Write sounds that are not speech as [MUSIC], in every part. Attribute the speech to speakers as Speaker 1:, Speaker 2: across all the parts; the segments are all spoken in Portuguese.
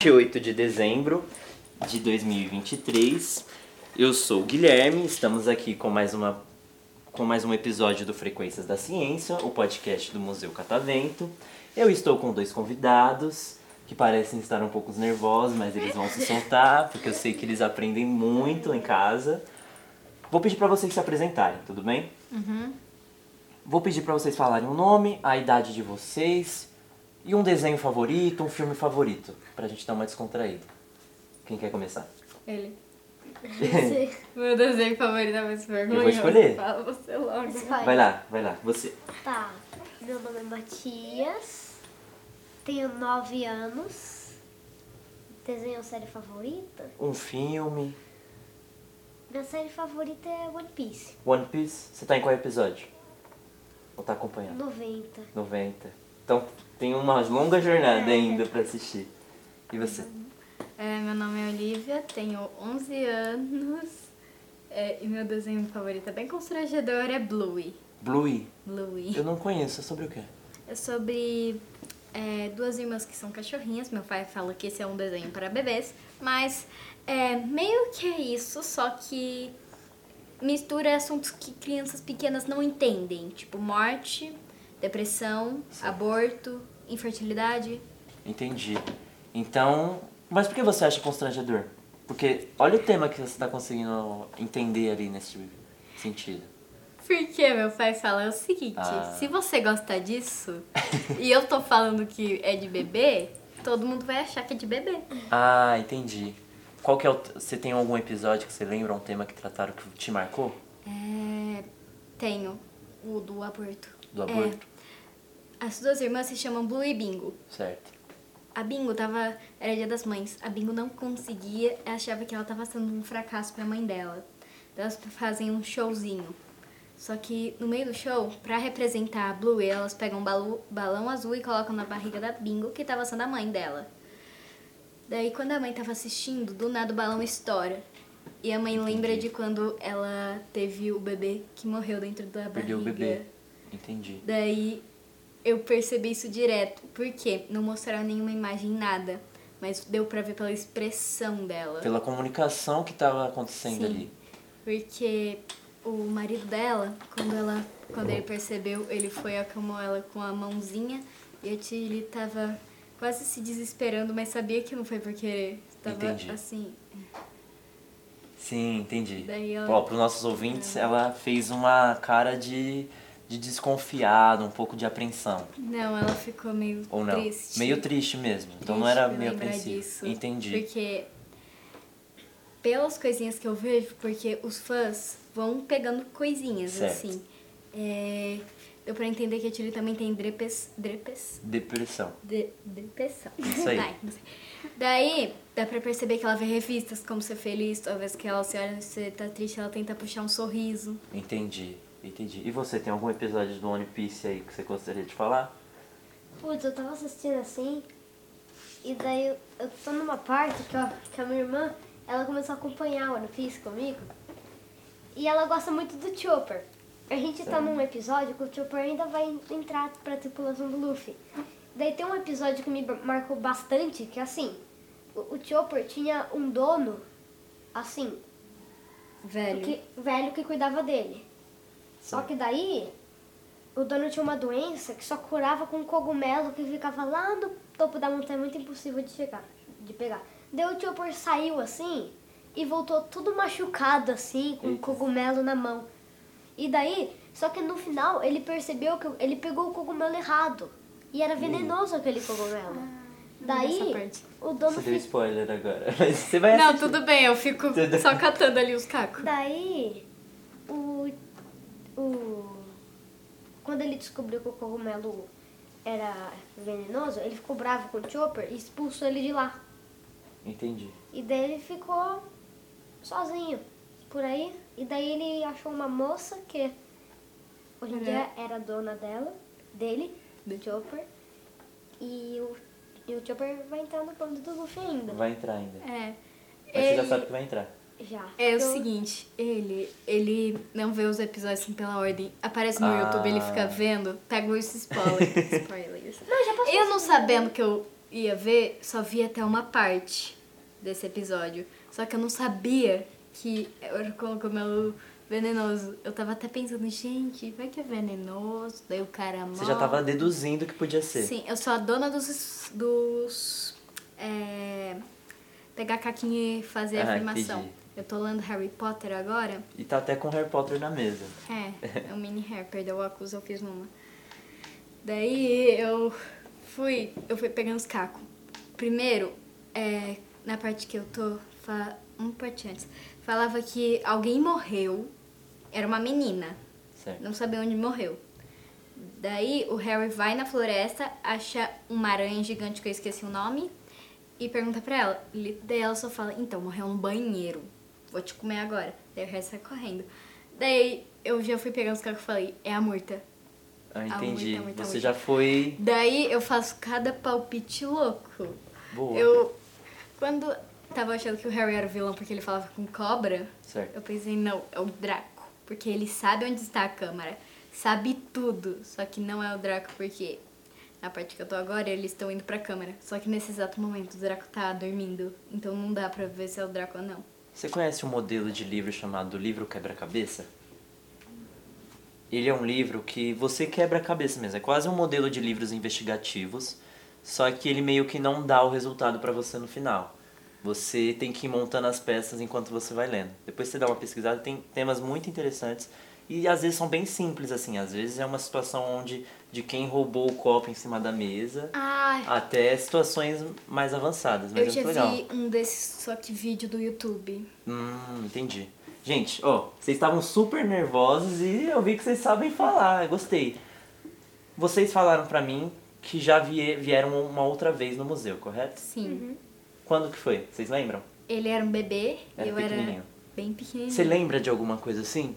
Speaker 1: 28 de dezembro de 2023. Eu sou o Guilherme, estamos aqui com mais uma com mais um episódio do Frequências da Ciência, o podcast do Museu Catavento. Eu estou com dois convidados que parecem estar um pouco nervosos, mas eles vão se soltar, porque eu sei que eles aprendem muito em casa. Vou pedir para vocês se apresentarem, tudo bem? Vou pedir para vocês falarem o nome, a idade de vocês e um desenho favorito, um filme favorito, pra gente dar uma descontraída. Quem quer começar?
Speaker 2: Ele.
Speaker 1: [LAUGHS]
Speaker 3: Meu desenho favorito é muito vergonhoso.
Speaker 1: escolher.
Speaker 3: Fala você logo.
Speaker 1: Vai lá, vai lá, você.
Speaker 2: Tá. Meu nome é Matias. Tenho 9 anos. Desenho série favorita?
Speaker 1: Um filme,
Speaker 2: Minha série favorita é One Piece.
Speaker 1: One Piece, você tá em qual episódio? Ou tá acompanhando?
Speaker 2: 90.
Speaker 1: 90. Então tem uma longa jornada ainda pra assistir. E você?
Speaker 3: É, meu nome é Olivia, tenho 11 anos. é, e meu desenho favorito é bem constrangedor é Bluey.
Speaker 1: Bluey,
Speaker 3: Bluey.
Speaker 1: eu não conheço, é sobre o quê?
Speaker 3: É sobre é, duas irmãs que são cachorrinhas. Meu pai fala que esse é um desenho para bebês, mas é meio que é isso, só que mistura assuntos que crianças pequenas não entendem, tipo morte, depressão, aborto, infertilidade.
Speaker 1: Entendi. Então, mas por que você acha constrangedor? Porque olha o tema que você tá conseguindo entender ali nesse sentido.
Speaker 3: Porque meu pai fala o seguinte:
Speaker 1: Ah.
Speaker 3: se você gostar disso e eu tô falando que é de bebê, todo mundo vai achar que é de bebê.
Speaker 1: Ah, entendi. Qual que é o. t- Você tem algum episódio que você lembra, um tema que trataram que te marcou?
Speaker 3: É, tenho o do aborto.
Speaker 1: Do
Speaker 3: É,
Speaker 1: aborto?
Speaker 3: as duas irmãs se chamam Blue e Bingo.
Speaker 1: Certo.
Speaker 3: A Bingo tava. Era dia das mães. A Bingo não conseguia, achava que ela tava sendo um fracasso pra mãe dela. Então elas fazem um showzinho. Só que no meio do show, pra representar a Blue, elas pegam um balu- balão azul e colocam na barriga da Bingo, que tava sendo a mãe dela. Daí quando a mãe tava assistindo, do nada o balão estoura. E a mãe lembra de quando ela teve o bebê que morreu dentro da barriga.
Speaker 1: Perdeu o bebê. Entendi.
Speaker 3: Daí eu percebi isso direto, porque não mostraram nenhuma imagem, nada. Mas deu pra ver pela expressão dela.
Speaker 1: Pela comunicação que tava acontecendo
Speaker 3: Sim.
Speaker 1: ali.
Speaker 3: Porque o marido dela, quando ela quando ele percebeu, ele foi acalmou ela com a mãozinha e a tia ele tava quase se desesperando, mas sabia que não foi por querer. Tava
Speaker 1: Entendi.
Speaker 3: assim.
Speaker 1: Sim, entendi.
Speaker 3: Daí Ah. ela-
Speaker 1: Ó, para os nossos ouvintes, ela fez uma cara de, de desconfiado, um pouco de apreensão.
Speaker 3: Não, ela ficou meio
Speaker 1: Ou não?
Speaker 3: triste.
Speaker 1: Meio triste mesmo. Então não
Speaker 3: Triste
Speaker 1: era
Speaker 3: me
Speaker 1: meio
Speaker 3: lembrar
Speaker 1: apreensivo.
Speaker 3: disso,
Speaker 1: Entendi.
Speaker 3: Porque pelas coisinhas que eu vejo, porque os fãs vão pegando coisinhas,
Speaker 1: Certo.
Speaker 3: assim. É, deu pra entender que a Tilly também tem drepes. drepes
Speaker 1: Depressão.
Speaker 3: de, depressão.
Speaker 1: Isso
Speaker 3: [LAUGHS]
Speaker 1: aí.
Speaker 3: Ai, não sei. Daí, dá pra perceber que ela vê revistas como ser feliz, talvez que ela se olha, se tá triste, ela tenta puxar um sorriso.
Speaker 1: Entendi. Entendi. E você, tem algum episódio do One Piece aí que você gostaria de falar?
Speaker 2: Putz, eu tava assistindo assim. E daí eu, eu tô numa parte que, a- que a minha irmã ela começou a acompanhar One Piece comigo. E ela gosta muito do Chopper. A gente tá num episódio que o Chopper ainda vai entrar pra tripulação do Luffy. Daí tem um episódio que me ba- marcou bastante, que é assim, o, o Chopper tinha um dono, assim,
Speaker 3: Velho.
Speaker 2: que, velho que cuidava dele. Só que daí, o dono tinha uma doença que só curava com um cogumelo que ficava lá no topo da montanha, muito impossível de chegar, de pegar. Daí o Chopper saiu assim e voltou todo machucado assim, com
Speaker 1: Eita.
Speaker 2: cogumelo na mão. E daí, só que no final ele percebeu que ele pegou o cogumelo errado. E
Speaker 1: Hum.
Speaker 2: era venenoso aquele cogumelo.
Speaker 3: essa
Speaker 2: Daí,
Speaker 3: parte.
Speaker 2: o dono
Speaker 1: Você deu
Speaker 2: ficou.
Speaker 1: spoiler agora. [LAUGHS] Mas você vai
Speaker 3: Não,
Speaker 1: assistir.
Speaker 3: tudo bem, eu fico
Speaker 1: Tudo-
Speaker 3: só catando ali os cacos.
Speaker 2: Daí, o, o. Quando ele descobriu que o cogumelo era venenoso, ele ficou bravo com o Chopper e expulsou ele de lá.
Speaker 1: Entendi.
Speaker 2: E daí ele ficou sozinho por aí. E daí ele achou uma moça que hoje em dia era dona dela, dele, do Chopper. E o, e o Chopper vai entrar no bando do Luffy ainda.
Speaker 1: Vai entrar ainda.
Speaker 3: É.
Speaker 1: Mas você já
Speaker 3: Ele-
Speaker 1: sabe que vai entrar.
Speaker 2: Já.
Speaker 3: É o
Speaker 2: Eu-
Speaker 3: seguinte, ele, ele não vê os episódios assim pela ordem. Aparece no
Speaker 1: Ah.
Speaker 3: YouTube, ele fica vendo, pega os
Speaker 1: [LAUGHS]
Speaker 3: spoiler, spoilers.
Speaker 2: Não, já passou.
Speaker 3: Eu não sabendo que eu ia ver, só vi até uma parte desse episódio. Só que eu não sabia que era cogumelo venenoso. Eu tava até pensando, gente, vai que é venenoso, daí o cara morre.
Speaker 1: Você já tava deduzindo que podia ser.
Speaker 3: Sim, eu sou a dona dos. dos é, pegar caquinha e fazer
Speaker 1: Ah,
Speaker 3: afirmação.
Speaker 1: entendi.
Speaker 3: Eu tô lendo Harry Potter agora.
Speaker 1: E tá até com Harry Potter na mesa. [LAUGHS]
Speaker 3: É, é um mini hair, perdeu o óculos, eu fiz numa. Daí eu fui, eu fui pegando os cacos. Primeiro, é, na parte que eu tô, fa- um parte antes, falava que alguém morreu, era uma menina,
Speaker 1: Certo.
Speaker 3: não sabia onde morreu. Daí o Harry vai na floresta, acha uma aranha gigante que eu esqueci o nome e pergunta pra ela. Ele- Daí ela só fala: Então, morreu no banheiro, vou te comer agora. Daí o Harry sai correndo. Daí eu já fui pegando os caras que eu falei: É a murta.
Speaker 1: Ah,
Speaker 3: Ah,
Speaker 1: entendi.
Speaker 3: muita, muita,
Speaker 1: Você
Speaker 3: muita.
Speaker 1: já foi.
Speaker 3: Daí eu faço cada palpite louco.
Speaker 1: Boa.
Speaker 3: Eu, quando tava achando que o Harry era o vilão porque ele falava com cobra,
Speaker 1: Certo.
Speaker 3: eu pensei, não, é o Draco. Porque ele sabe onde está a câmara. Sabe tudo. Só que não é o Draco porque na parte que eu tô agora, eles estão indo pra câmara. Só que nesse exato momento o Draco tá dormindo. Então não dá pra ver se é o Draco ou não.
Speaker 1: Você conhece um modelo de livro chamado Livro Quebra-Cabeça? Ele é um livro que você quebra a cabeça mesmo. É quase um modelo de livros investigativos, só que ele meio que não dá o resultado pra você no final. Você tem que ir montando as peças enquanto você vai lendo. Depois você dá uma pesquisada, tem temas muito interessantes e às vezes são bem simples assim. Às vezes é uma situação onde de quem roubou o copo em cima da mesa
Speaker 3: Ah,
Speaker 1: até situações mais avançadas, mas
Speaker 3: eu
Speaker 1: é
Speaker 3: já
Speaker 1: muito legal.
Speaker 3: vi um desses só que vídeo do YouTube.
Speaker 1: Hum, entendi. Gente, ó, vocês estavam super nervosos e eu vi que vocês sabem falar, eu gostei. Vocês falaram pra mim que já vie- vieram uma outra vez no museu, correto?
Speaker 3: Sim.
Speaker 1: Quando que foi? Vocês lembram?
Speaker 3: Ele era um bebê
Speaker 1: Era
Speaker 3: e eu
Speaker 1: pequenininho.
Speaker 3: era bem pequenininho.
Speaker 1: Você lembra de alguma coisa assim?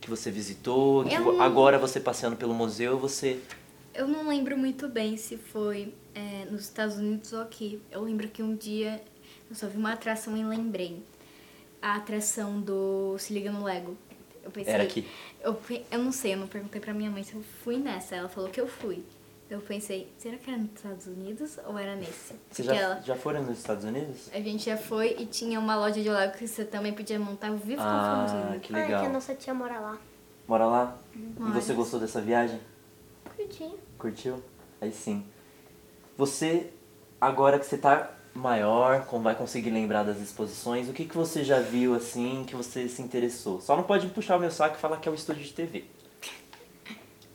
Speaker 1: Que você visitou? que
Speaker 3: Eu
Speaker 1: vo-
Speaker 3: não-
Speaker 1: Agora você passeando pelo museu, você.
Speaker 3: Eu não lembro muito bem se foi é, nos Estados Unidos ou aqui. Eu lembro que um dia eu só vi uma atração e lembrei. A atração do Se Liga no Lego. Eu pensei,
Speaker 1: Era aqui?
Speaker 3: Eu, pe- eu não sei, eu não perguntei pra minha mãe se eu fui nessa. Ela falou que eu fui. Eu pensei, será que era nos Estados Unidos ou era nesse?
Speaker 1: Vocês
Speaker 3: Porque
Speaker 1: já,
Speaker 3: ela-
Speaker 1: já foram nos Estados Unidos?
Speaker 3: a gente já foi e tinha uma loja de Lego que você também podia montar. Eu vivo
Speaker 1: Ah,
Speaker 3: confundindo.
Speaker 1: que
Speaker 2: Ai, que a
Speaker 1: legal.
Speaker 2: nossa tia mora lá.
Speaker 1: Bora lá? E você
Speaker 3: Bora.
Speaker 1: gostou dessa viagem?
Speaker 2: Curtinho.
Speaker 1: Curtiu? Aí sim. Você, agora que você tá maior, como vai conseguir lembrar das exposições, o que, que você já viu assim, que você se interessou? Só não pode puxar o meu saco e falar que é um estúdio de TV.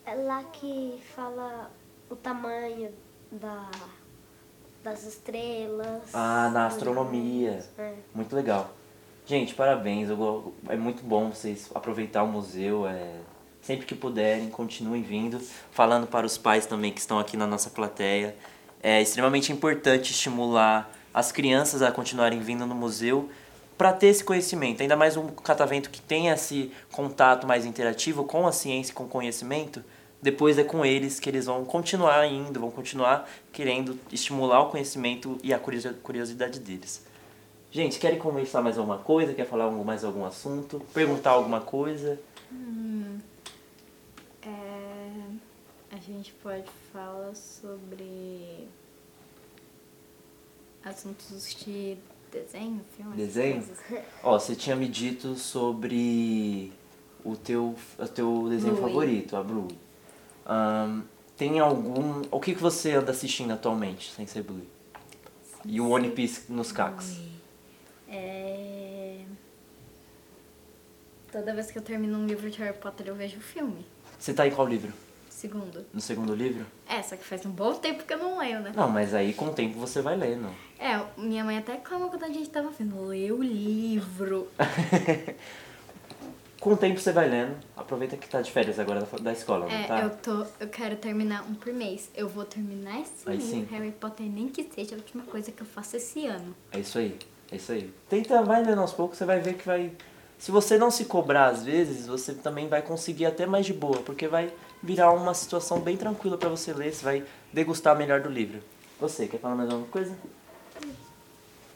Speaker 2: É lá que fala o tamanho da, das estrelas.
Speaker 1: Ah, na astronomia.
Speaker 2: É.
Speaker 1: Muito legal. Gente, parabéns. eu go- é muito bom vocês aproveitar o museu. é, sempre que puderem, continuem vindo. Falando para os pais também que estão aqui na nossa plateia. É extremamente importante estimular as crianças a continuarem vindo no museu para ter esse conhecimento. Ainda mais um catavento que tem esse contato mais interativo com a ciência e com o conhecimento. Depois é com eles que eles vão continuar indo, vão continuar querendo estimular o conhecimento e a curiosi- curiosidade deles. Gente, querem conversar mais alguma coisa? Quer falar algum- mais algum assunto? Perguntar alguma coisa?
Speaker 3: É, a gente pode falar sobre assuntos de desenho, filme. essas
Speaker 1: Desenho?
Speaker 3: coisas.
Speaker 1: Ó, você tinha me dito sobre o teu, o teu desenho
Speaker 3: Bluey.
Speaker 1: favorito, a Blue. Ahn, tem algum. O que, que você anda assistindo atualmente, sem ser Blue? E o One Piece nos cacos.
Speaker 3: Ui. É... Toda vez que eu termino um livro de Harry Potter, eu vejo o filme.
Speaker 1: Você tá em qual livro?
Speaker 3: Segundo.
Speaker 1: No segundo livro?
Speaker 3: É, só que faz um bom tempo que eu não leio, né?
Speaker 1: Não, mas aí com o tempo você vai lendo.
Speaker 3: É, minha mãe até reclamou quando a gente tava vendo. Lê o livro.
Speaker 1: Ah, Com o tempo você vai lendo. Aproveita que tá de férias agora da, fa- da escola, não
Speaker 3: É,
Speaker 1: tá?
Speaker 3: eu tô. Eu quero terminar um por mês. Eu vou terminar esse
Speaker 1: Aí
Speaker 3: livro,
Speaker 1: sim.
Speaker 3: Harry Potter, nem que seja a última coisa que eu faço esse ano.
Speaker 1: É isso aí, é isso aí. Tenta, vai lendo aos poucos, você vai ver que vai. Se você não se cobrar às vezes, você também vai conseguir até mais de boa, porque vai virar uma situação bem tranquila pra você ler, você vai degustar melhor do livro. Você, quer falar mais alguma coisa?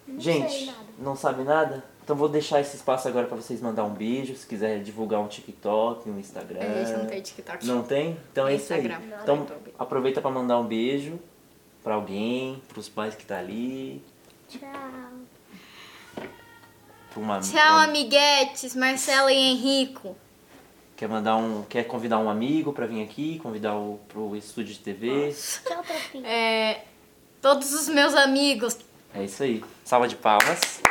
Speaker 2: Não
Speaker 1: Gente,
Speaker 2: sei nada.
Speaker 1: não sabe nada? Então vou deixar esse espaço agora pra vocês mandar um beijo, se quiser divulgar um TikTok, um Instagram.
Speaker 3: A gente não tem TikTok.
Speaker 1: Não tem? Então é
Speaker 3: Tem
Speaker 1: isso aí.
Speaker 3: Instagram, não,
Speaker 1: Então
Speaker 3: YouTube.
Speaker 1: aproveita pra mandar um beijo pra alguém, pros pais que tá ali,
Speaker 2: Tchau.
Speaker 1: pra uma
Speaker 3: Tchau, amiguetes, Marcelo e Henrico.
Speaker 1: Quer mandar um, quer convidar um amigo pra vir aqui, convidar o pro estúdio de TV.
Speaker 2: Tchau, tropinha.
Speaker 3: É, todos os meus amigos.
Speaker 1: É isso aí. Salva de palmas.